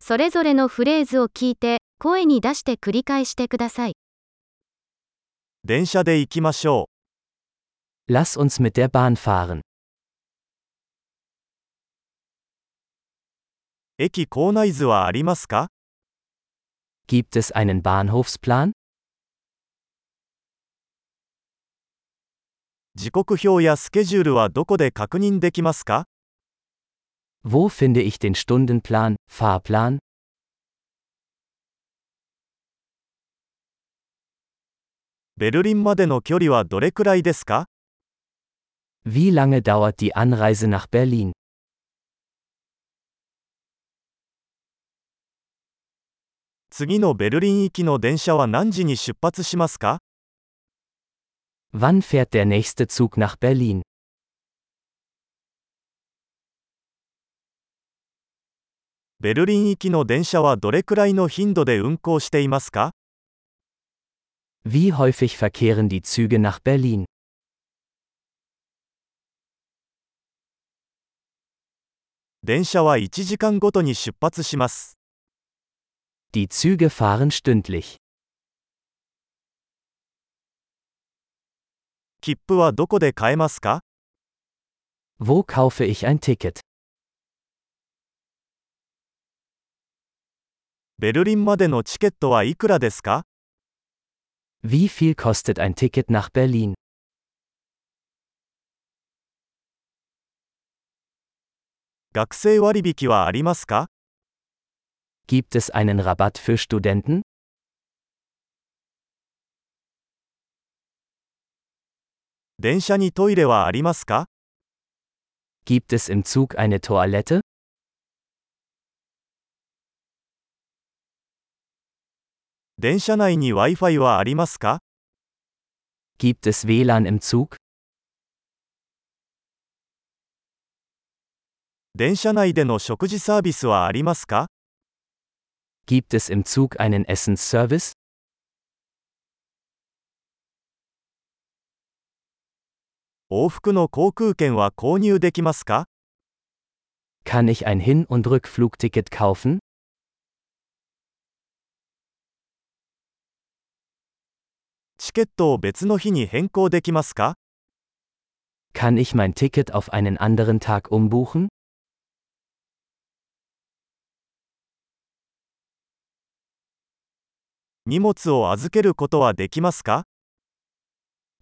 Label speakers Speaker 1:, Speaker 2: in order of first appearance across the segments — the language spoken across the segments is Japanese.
Speaker 1: それぞれのフレーズを聞いて、声に出して繰り返してください。
Speaker 2: 電車で行きましょ
Speaker 3: Lass uns mit der Bahn fahren.
Speaker 2: う。駅構内図はありますか
Speaker 3: Gibt es einen Bahnhofsplan?
Speaker 2: 時刻表やスケジュールはどこで確認できますか
Speaker 3: Wo finde ich den Stundenplan, Fahrplan?
Speaker 2: ベルリンまでの距離はどれくらいですか
Speaker 3: Wie lange dauert die Anreise nach Berlin?
Speaker 2: 次のベルリン行きの電車は何時に出発しますか
Speaker 3: Wann fährt der nächste Zug nach Berlin?
Speaker 2: ベルリン行きの電車はどれくらいの頻度で運行していますか
Speaker 3: Wie häufig verkehren die Züge nach Berlin?
Speaker 2: 電車は1時間ごとに出発します。
Speaker 3: Die Züge fahren stündlich.
Speaker 2: 切符はどこで買えますか
Speaker 3: Wo kaufe ich ein Ticket?
Speaker 2: ベルリンまでのチケットはいくらですか
Speaker 3: Wie viel kostet ein Ticket nach Berlin?
Speaker 2: 学生割引はありますか
Speaker 3: Gibt es einen Rabatt für Studenten?
Speaker 2: 電車にトイレはありますか
Speaker 3: Gibt es im Zug eine Toilette?
Speaker 2: 電車内に Wi-Fi はありますか
Speaker 3: Gibt es WLAN im Zug?
Speaker 2: 電車内での食事サービスはありますか
Speaker 3: Gibt es im Zug einen Essensservice?
Speaker 2: 往復の航空券は購入できますか
Speaker 3: Kann ich ein Hin- und Rückflugticket kaufen?
Speaker 2: チケットを別の日に変更できますか
Speaker 3: Kann ich mein Ticket auf einen anderen Tag umbuchen?
Speaker 2: 荷物を預けることはできますか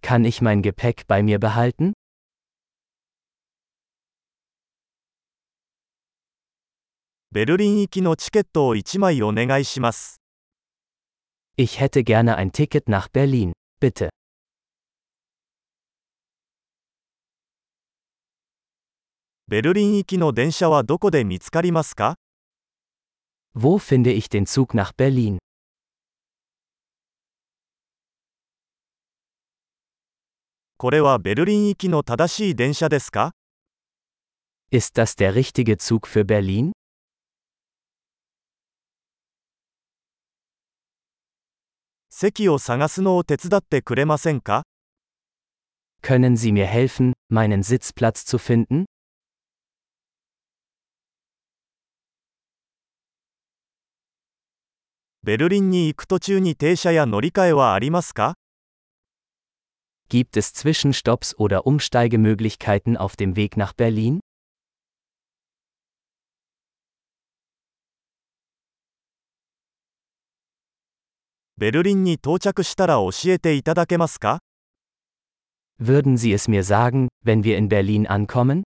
Speaker 3: Kann ich mein Gepäck bei mir behalten?
Speaker 2: ベルリン行きのチケットを1枚お願いします。
Speaker 3: Ich hätte gerne ein Ticket nach Berlin, bitte.
Speaker 2: ベルリン行きの電車はどこで見つかりますか
Speaker 3: Wo finde ich den Zug nach Berlin?
Speaker 2: これはベルリン行きの正しい電車ですか
Speaker 3: Ist das der richtige Zug für Berlin?
Speaker 2: 席を探すのを手伝ってくれませんか
Speaker 3: Können Sie mir helfen, meinen Sitzplatz zu finden?
Speaker 2: ベルリンに行く途中に停車や乗り換えはありますか
Speaker 3: Gibt es Zwischenstopps oder Umsteigemöglichkeiten auf dem Weg nach Berlin?
Speaker 2: ベルリンに到着したら教えていただけますか
Speaker 3: Würden Sie es mir sagen, wenn wir in Berlin ankommen?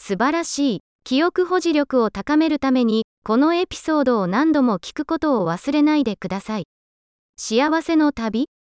Speaker 1: 素晴らしい。記憶保持力を高めるために、このエピソードを何度も聞くことを忘れないでください。幸せの旅